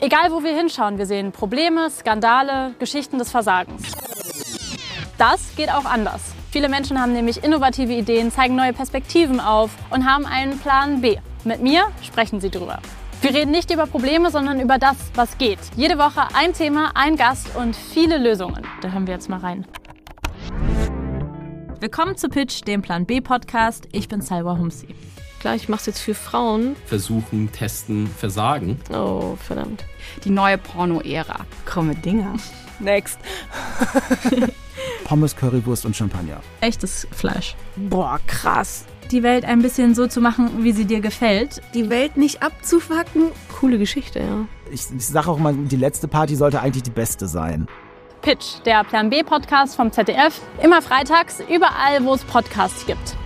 Egal wo wir hinschauen, wir sehen Probleme, Skandale, Geschichten des Versagens. Das geht auch anders. Viele Menschen haben nämlich innovative Ideen, zeigen neue Perspektiven auf und haben einen Plan B. Mit mir sprechen sie drüber. Wir reden nicht über Probleme, sondern über das, was geht. Jede Woche ein Thema, ein Gast und viele Lösungen. Da hören wir jetzt mal rein. Willkommen zu Pitch, dem Plan B Podcast. Ich bin Salwa Humsi. Klar, ich mache es jetzt für Frauen. Versuchen, testen, versagen. Oh, verdammt. Die neue Porno-Ära. Krumme Dinger. Next. Pommes, Currywurst und Champagner. Echtes Fleisch. Boah, krass. Die Welt ein bisschen so zu machen, wie sie dir gefällt. Die Welt nicht abzufacken. Coole Geschichte, ja. Ich, ich sage auch mal, die letzte Party sollte eigentlich die beste sein. Pitch, der Plan B Podcast vom ZDF. Immer freitags, überall, wo es Podcasts gibt.